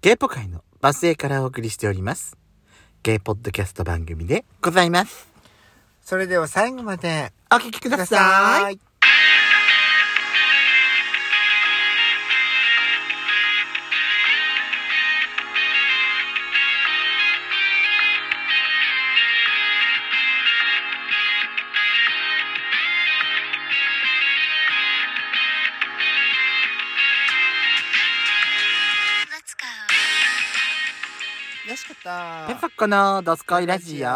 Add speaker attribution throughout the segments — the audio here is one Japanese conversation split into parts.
Speaker 1: ゲイポ界のバスへからお送りしております。ゲイポッドキャスト番組でございます。
Speaker 2: それでは最後まで
Speaker 1: お聞きく
Speaker 2: く
Speaker 1: ださい。
Speaker 2: い。
Speaker 3: Let's go.
Speaker 2: よしかった。
Speaker 1: ペソコのドスコイラジオ。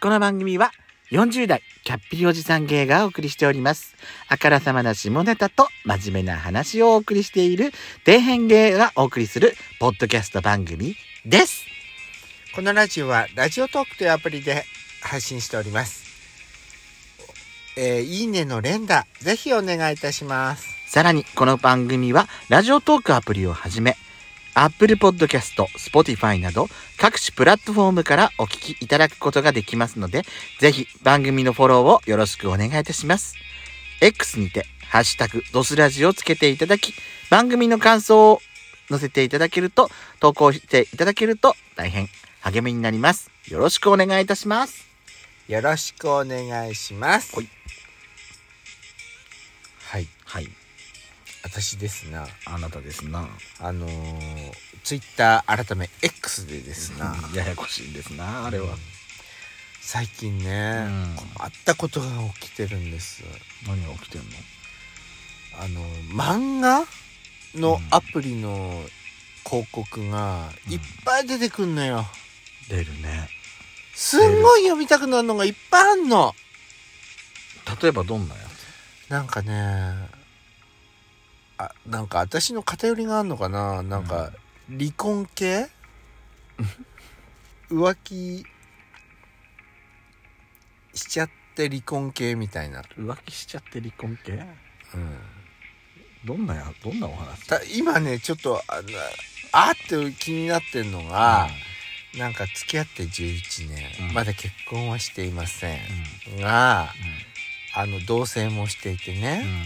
Speaker 1: この番組は40代キャッピーおじさん芸がお送りしております。あからさまな下ネタと真面目な話をお送りしている底辺芸がお送りするポッドキャスト番組です。
Speaker 2: このラジオはラジオトークというアプリで配信しております。えーいいねの連打、ぜひお願いいたします。
Speaker 1: さらにこの番組はラジオトークアプリをはじめ Apple Podcast、Spotify など各種プラットフォームからお聞きいただくことができますのでぜひ番組のフォローをよろしくお願いいたします。X にて「ハッシュタグドスラジ」をつけていただき番組の感想を載せていただけると投稿していただけると大変励みになります。よろしくお願いいたします。
Speaker 2: よろしくお願いします。
Speaker 1: はい。
Speaker 2: はい。
Speaker 1: はい、
Speaker 2: 私ですな。
Speaker 1: あなたですな。
Speaker 2: あのー、ツイッター改め X でですな。
Speaker 1: ややこしいですな、あれは。
Speaker 2: 最近ね、
Speaker 1: うん
Speaker 2: 困ったことが起きてるんです。
Speaker 1: 何が起きてんの
Speaker 2: あの漫画のアプリの広告がいっぱい出てくんのよ。
Speaker 1: 出るね。
Speaker 2: すんごい読みたくなるのがいっぱいあんの。
Speaker 1: 例えばどんなや
Speaker 2: なんかね、あ、なんか私の偏りがあんのかななんか、離婚 系浮気しちゃって離婚系みたいな。
Speaker 1: つ浮気しちゃって離婚系
Speaker 2: うん
Speaker 1: どんなやどんなお話
Speaker 2: た今ね、ちょっと、あの、あーって気になってんのが、なんか付き合って11年、
Speaker 1: うん
Speaker 2: まだ結婚はしていません
Speaker 1: うん、
Speaker 2: があの同棲もしていてね、
Speaker 1: うん
Speaker 2: っ
Speaker 1: うん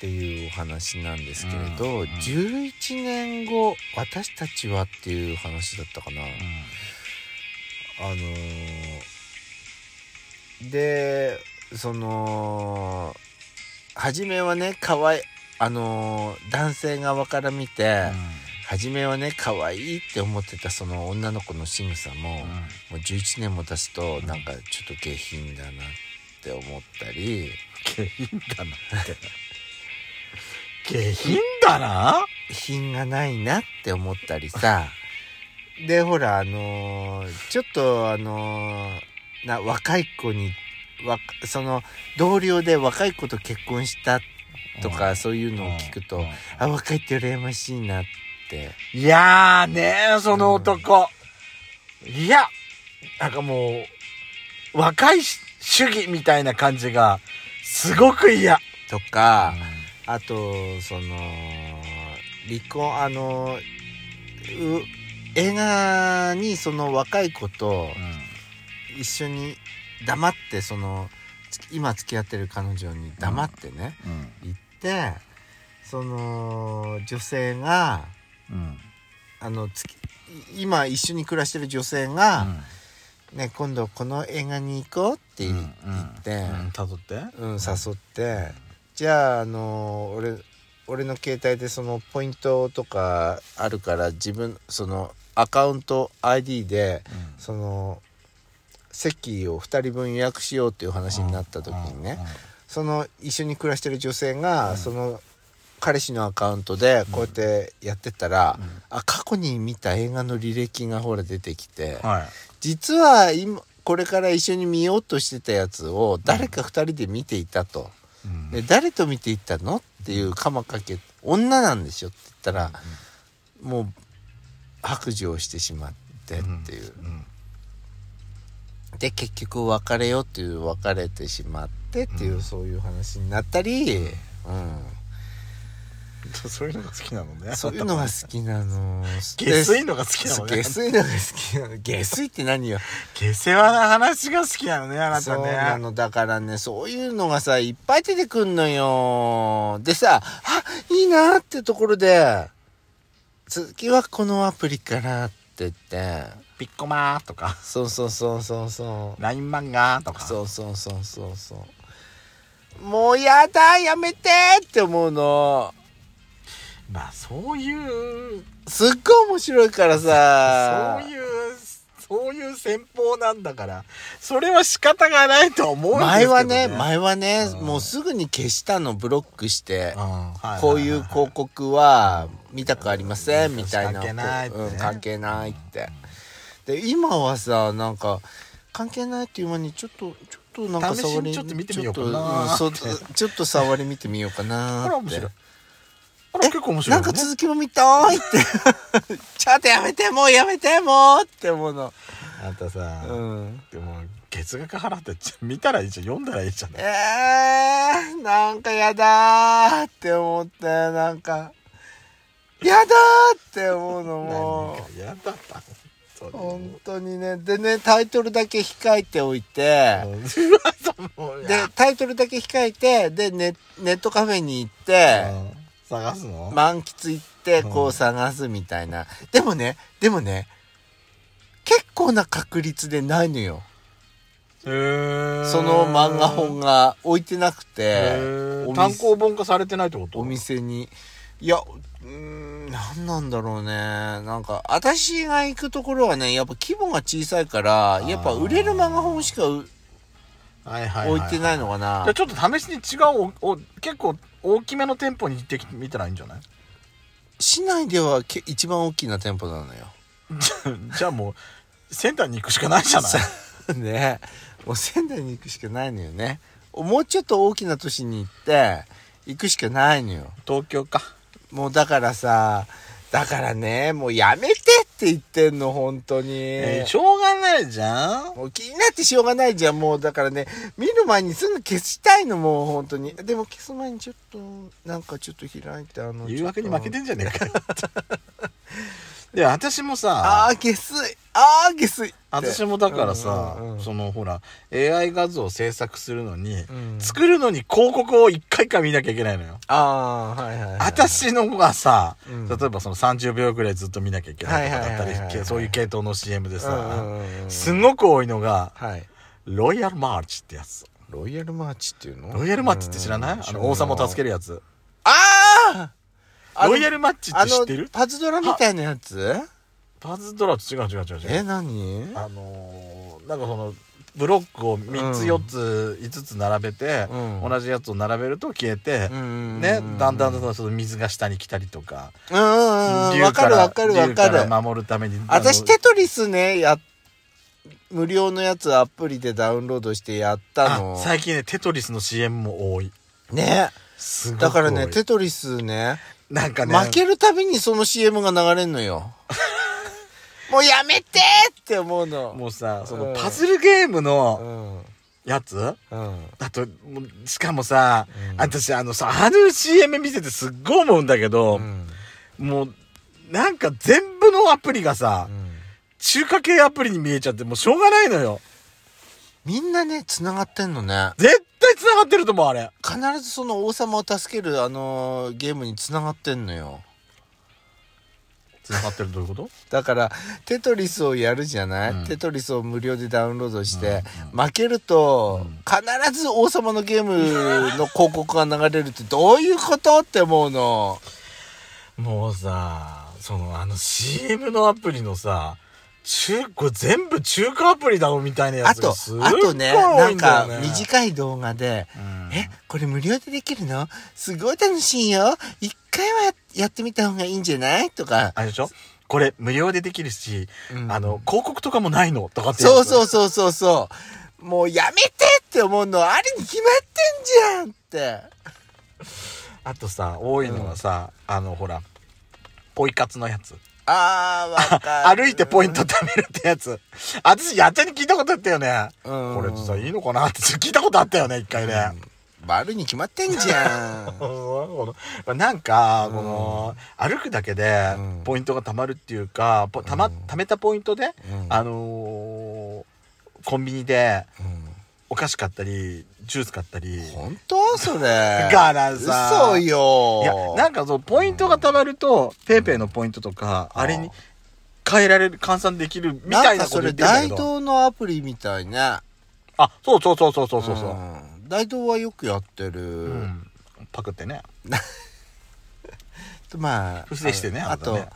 Speaker 2: ていうお話なんですけれ
Speaker 1: うん
Speaker 2: ど、
Speaker 1: うん
Speaker 2: 11年後私たちはっていう話だったかな、あのーでその初めはねかわいあのー男性側から見て、初めはね可愛いって思ってたその女の子の仕草も、
Speaker 1: うん
Speaker 2: もう11年も経つとなんかちょっと下品だなって思ったり
Speaker 1: 下品だなって下品だな
Speaker 2: 品がないなって思ったりさでほらあのーちょっとあのーな若い子にわその同僚で若い子と結婚したとか、そういうのを聞くと、
Speaker 1: うん
Speaker 2: あ若いって羨ましいなって
Speaker 1: いやーねその男、いやなんかもう若いし主義みたいな感じがすごく嫌
Speaker 2: とか。
Speaker 1: う
Speaker 2: あとその離婚あのう映画にその若い子と
Speaker 1: ん
Speaker 2: 一緒に黙ってそのつ今付き合ってる彼女に黙ってね、
Speaker 1: うん
Speaker 2: 行ってその女性が
Speaker 1: うん
Speaker 2: あのつき今一緒に暮らしてる女性が、ね今度この映画に行こうって
Speaker 1: う
Speaker 2: 言
Speaker 1: ん
Speaker 2: って、
Speaker 1: うん誘って
Speaker 2: うん、誘って、じゃあ、あのー俺、俺の携帯でそのポイントとかあるから、自分、そのアカウント ID で、その、席を2人分予約しようっていう話になった時にね、その一緒に暮らしてる女性が、
Speaker 1: うん
Speaker 2: その彼氏のアカウントでこうやってやってたら、
Speaker 1: うん
Speaker 2: あ過去に見た映画の履歴がほら出てきて、
Speaker 1: はい
Speaker 2: 実は今これから一緒に見ようとしてたやつを誰か2人で見ていたと、
Speaker 1: うん
Speaker 2: で誰と見ていったのっていうカマかけ女なんでしょって言ったら、もう白状してしまってっていう、
Speaker 1: うん
Speaker 2: で結局別れようっていう別れてしまってっていう、
Speaker 1: うん
Speaker 2: そういう話になったり、うん
Speaker 1: そういうのが好きなのね
Speaker 2: そういうのが好きなの
Speaker 1: 下水の
Speaker 2: の
Speaker 1: が好きなのね
Speaker 2: 下水のが好きなの下水って何よ
Speaker 1: 下世話な話が好きなのねあなた
Speaker 2: そうな
Speaker 1: ね
Speaker 2: のだからねそういうのがさいっぱい出てくんのよでさあいいなってところで続きはこのアプリからって言って
Speaker 1: ピッコマーとか、
Speaker 2: そうそうそうそうそう
Speaker 1: LINE 漫画とか。
Speaker 2: そうそうそうそうそうもうやだやめてって思うの
Speaker 1: まあ、そういう、
Speaker 2: すっごい面白いからさ
Speaker 1: そういう、そういう戦法なんだから、それは仕方がないとは思うんですけ
Speaker 2: 前
Speaker 1: ど、
Speaker 2: はね前はね
Speaker 1: うん
Speaker 2: もうすぐに消したのブロックして
Speaker 1: うんは
Speaker 2: こういう広告は見たくありませ
Speaker 1: うん
Speaker 2: んみたいな
Speaker 1: 関係ないってね
Speaker 2: うん関係ないってで今はさなんか関係ないっていう間にちょっとちょっとなんか
Speaker 1: 試しに
Speaker 2: 触り
Speaker 1: ちょっと見てみようかな
Speaker 2: ちょっとうんそうちょっと触り見てみようかな
Speaker 1: これ面
Speaker 2: って
Speaker 1: 白い。これ結構面白い
Speaker 2: なん
Speaker 1: よね、
Speaker 2: か続きも見たいって ちょっとやめてもうやめてもうって思うの
Speaker 1: あんたさ、
Speaker 2: うん
Speaker 1: でも月額払ってち見たらいいじゃん読んだらいいじゃん
Speaker 2: えー、なんかやだーって思ってなんかやだーって思うの
Speaker 1: なん
Speaker 2: もう
Speaker 1: かやだった本
Speaker 2: 本当にねでねタイトルだけ控えておいて
Speaker 1: 当にもう
Speaker 2: でタイトルだけ控えてでネネットカフェに行って
Speaker 1: うん探すの、
Speaker 2: 満喫行って
Speaker 1: うん
Speaker 2: こう探すみたいなでもねでもね結構な確率でないのよ
Speaker 1: へー
Speaker 2: その漫画本が置いてなく
Speaker 1: へ
Speaker 2: て
Speaker 1: ー
Speaker 2: お店
Speaker 1: 単行本化されてないってこと
Speaker 2: お店にいやうーん何なんだろうねなんか私が行くところはねやっぱ規模が小さいからやっぱ売れる漫画本しかう
Speaker 1: はいはい、は
Speaker 2: 置いてないのかな
Speaker 1: じゃあちょっと試しに違うおお結構大きめの店舗に行ってきてみたらいいんじゃない
Speaker 2: 市内ではけ一番大きな店舗なのよ
Speaker 1: じゃあもうセンターに行くしかないじ ゃない
Speaker 2: さ ねもう仙台に行くしかないのよねもうちょっと大きな都市に行って行くしかないのよ
Speaker 1: 東京か
Speaker 2: もうだからさだからねもうやめてって言ってんの本当に、
Speaker 1: えーしょうがないじゃん
Speaker 2: もう気になってしょうがないじゃん。もうだからね、見る前にすぐ消したいの、もう本当に。でも消す前にちょっと、なんかちょっと開いて、あの。
Speaker 1: 誘惑に負け
Speaker 2: ちょ
Speaker 1: てんじゃねえかよ で私も
Speaker 2: っとあ
Speaker 1: さ
Speaker 2: あ、消すい。ああ、消すい。
Speaker 1: 私もだからさ、
Speaker 2: うんうんうん
Speaker 1: そのほら AI 画像を制作するのに、
Speaker 2: うん
Speaker 1: 作るのに広告を1回か見なきゃいけないのよ、
Speaker 2: ああ、はいはい、はい。
Speaker 1: 私のがさ、
Speaker 2: うん
Speaker 1: 例えばその30秒ぐらいずっと見なきゃいけないとかだったり、
Speaker 2: はいはいはいはい
Speaker 1: そういう系統の CM で
Speaker 2: う
Speaker 1: さ、
Speaker 2: んうんうんうん
Speaker 1: すごく多いのが、
Speaker 2: はい。
Speaker 1: ロイヤルマーチってやつ。
Speaker 2: ロイヤルマーチっていうの
Speaker 1: ロイヤルマーチって知らないあの、王様を助け
Speaker 2: る。
Speaker 1: るやつ。
Speaker 2: ああ
Speaker 1: ロイヤ
Speaker 2: ル
Speaker 1: ルマッチって知ってる
Speaker 2: パズドラみたいなやつ
Speaker 1: パズドラと違う違う違う違
Speaker 2: え、
Speaker 1: う。
Speaker 2: 何
Speaker 1: あのーなんかその、ブロックを3つ4つ5つ並べて、
Speaker 2: うん
Speaker 1: 同じやつを並べると消えて、ね
Speaker 2: ね、
Speaker 1: だんだんだん
Speaker 2: うん
Speaker 1: だんその水が下に来たりとか、
Speaker 2: うんうんうん。
Speaker 1: 竜
Speaker 2: わか
Speaker 1: から
Speaker 2: るわかるわ
Speaker 1: 竜
Speaker 2: か
Speaker 1: か
Speaker 2: る。
Speaker 1: ら守るために。
Speaker 2: 私
Speaker 1: あの
Speaker 2: テトリスねや無料のやつアプリでダウンロードしてやった
Speaker 1: あ
Speaker 2: の
Speaker 1: 最近ね、テトリスの CM も多い。
Speaker 2: ね
Speaker 1: すごく多い
Speaker 2: だからねテトリスね
Speaker 1: なんかね、
Speaker 2: 負けるたびにその CM が流れん のよもうやめてって思うの
Speaker 1: もうさ、その
Speaker 2: うん
Speaker 1: パズルゲーム
Speaker 2: う
Speaker 1: の
Speaker 2: ん
Speaker 1: やつ、
Speaker 2: うん
Speaker 1: あと、もうしかもさ、
Speaker 2: うん
Speaker 1: 私、あのさ、あの CM 見ててすっごい思うんだけど
Speaker 2: う、ん
Speaker 1: もう、なんか全部のアプリがさ、
Speaker 2: うん
Speaker 1: 中華系アプリに見えちゃって、もうしょうがないのよ。
Speaker 2: みんなね繋がってんのね
Speaker 1: 絶対繋がってると思う、あれ。
Speaker 2: 必ずその王様を助けるあのーゲームに繋がってんのよ
Speaker 1: 繋がってるどういうこと
Speaker 2: だからテトリスをやるじゃない、
Speaker 1: うん
Speaker 2: テトリスを無料でダウンロードして、
Speaker 1: う
Speaker 2: 負けると、
Speaker 1: うん
Speaker 2: 必ず王様のゲームの広告が流れるってどういうことって思うの
Speaker 1: もうさ、その、あの CM のアプリのさ、中、これ全部中華アプリだろみたいなや
Speaker 2: あ
Speaker 1: つが
Speaker 2: と
Speaker 1: すっごい
Speaker 2: あ
Speaker 1: 多い
Speaker 2: と
Speaker 1: ん
Speaker 2: ね
Speaker 1: だよね。
Speaker 2: なんか短い動画で
Speaker 1: うん
Speaker 2: 「えこれ無料でできるのすごい楽しいよ一回はやってみた方がいいんじゃない?」とか、
Speaker 1: あれでしょこれ無料でできるし、
Speaker 2: うん
Speaker 1: あの、広告とかもないのとかってやつ。
Speaker 2: そうそうそうそうそうもうやめてって思うのあれに決まってんじゃんって。
Speaker 1: あとさ、多いのがさ、あの、ほら、ポイ活のやつ。
Speaker 2: あー、わかる。
Speaker 1: 歩いてポイント貯めるってやつ。私、やっちゃに聞いたことあったよね。
Speaker 2: うん
Speaker 1: これさ、いいのかなって聞いたことあったよね、一回ね。
Speaker 2: 悪いに決まってんじ ゃん。
Speaker 1: うんなんか、この、歩くだけで
Speaker 2: うん、
Speaker 1: ポイントが貯まるっていうか、ポたま、貯めたポイントで、
Speaker 2: うん
Speaker 1: あのーコンビニで、
Speaker 2: うん
Speaker 1: お菓子買ったりジュース買ったりい
Speaker 2: 本当それ
Speaker 1: からさ
Speaker 2: 嘘よ
Speaker 1: やなんかそうポイントがたまると、ペイペイのポイントとか、
Speaker 2: うん
Speaker 1: あれに変えられる換算できるみたいなこと言
Speaker 2: な
Speaker 1: っ
Speaker 2: ん
Speaker 1: て
Speaker 2: か
Speaker 1: ん
Speaker 2: そ
Speaker 1: だ
Speaker 2: れ大
Speaker 1: けど
Speaker 2: 東のアプリみたいね
Speaker 1: あそうそうそうそうそうそうそう、
Speaker 2: ん大東はよくやってる、
Speaker 1: うんパクってね
Speaker 2: とまあ
Speaker 1: 不正してね
Speaker 2: あ
Speaker 1: あと
Speaker 2: と
Speaker 1: ね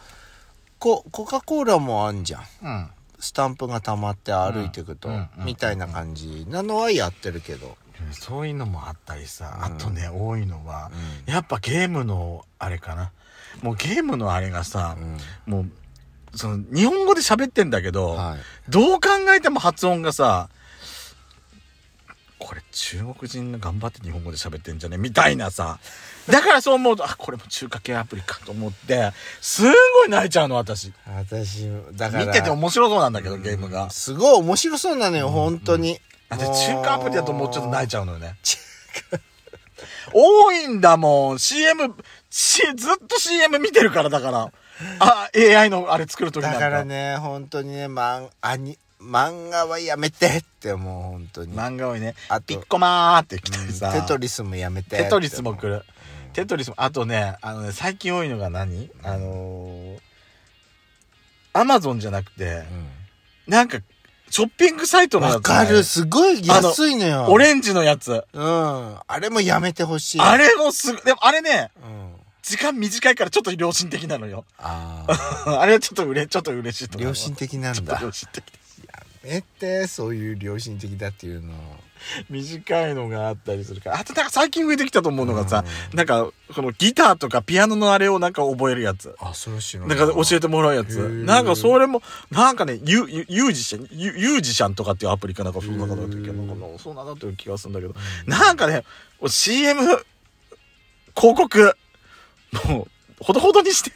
Speaker 2: ココカ・コーラもあんじゃん
Speaker 1: うん
Speaker 2: スタンプが溜まって歩いてくと、
Speaker 1: うんうんうん
Speaker 2: みたいな感じなのはやってるけど、
Speaker 1: そういうのもあったりさ、
Speaker 2: うん
Speaker 1: あとね多いのは、やっぱゲームのあれかなもうゲームのあれがさ、もうその日本語で喋ってんだけど、
Speaker 2: はい
Speaker 1: どう考えても発音がさこれ中国人が頑張って日本語で喋ってんじゃねみたいなさだからそう思うとあこれも中華系アプリかと思ってすんごい泣いちゃうの私
Speaker 2: 私だから
Speaker 1: 見てて面白そうなんだけどゲームが
Speaker 2: すごい面白そうなのよ、本当に
Speaker 1: だって中華アプリだともうちょっと泣い
Speaker 2: ち
Speaker 1: ちゃうのよね
Speaker 2: 中
Speaker 1: 多いんだもん CM しずっと CM 見てるからだからあ AI のあれ作る時なん
Speaker 2: だ
Speaker 1: か
Speaker 2: からね本当にねマンアニ漫画はやめてってもう本当に、
Speaker 1: 漫画多いね
Speaker 2: あと
Speaker 1: ピッコマーって来たりさ、
Speaker 2: テトリスもやめて
Speaker 1: テトリスも来
Speaker 2: る
Speaker 1: る。テトリスも、あとね、あのね、最近多いのが何あのー、アマゾンじゃなくて、なんか、ショッピングサイトのやつ、
Speaker 2: わかるすごい安いのよ
Speaker 1: オレンジのやつ。
Speaker 2: うんあれもやめてほしい
Speaker 1: あれもすぐ、でもあれね、
Speaker 2: うん
Speaker 1: 時間短いからちょっと良心的なのよ。
Speaker 2: あ あ
Speaker 1: あれはちょっとうれ、ちょっと嬉しいと思う。
Speaker 2: 良心的な ん
Speaker 1: ちょっ
Speaker 2: だ
Speaker 1: と良心的。
Speaker 2: えってそういう良心的だっていうの
Speaker 1: 短いのがあったりするから。あとなんか最近増えてきたと思うのがさ、
Speaker 2: う
Speaker 1: なんか、このギターとかピアノのあれをなんか覚えるやつ。
Speaker 2: あそれ知ら
Speaker 1: なんか教え
Speaker 2: て
Speaker 1: てもらうやつ。
Speaker 2: へー
Speaker 1: なんかそれも、なんかね、ユユユージシャン、ユユージシャンとかっていうアプリかなんかそうなかった時
Speaker 2: へー
Speaker 1: なんかそうなんだった気がするんだけど、なんかね、CM、広告、もう、ほどほどにして、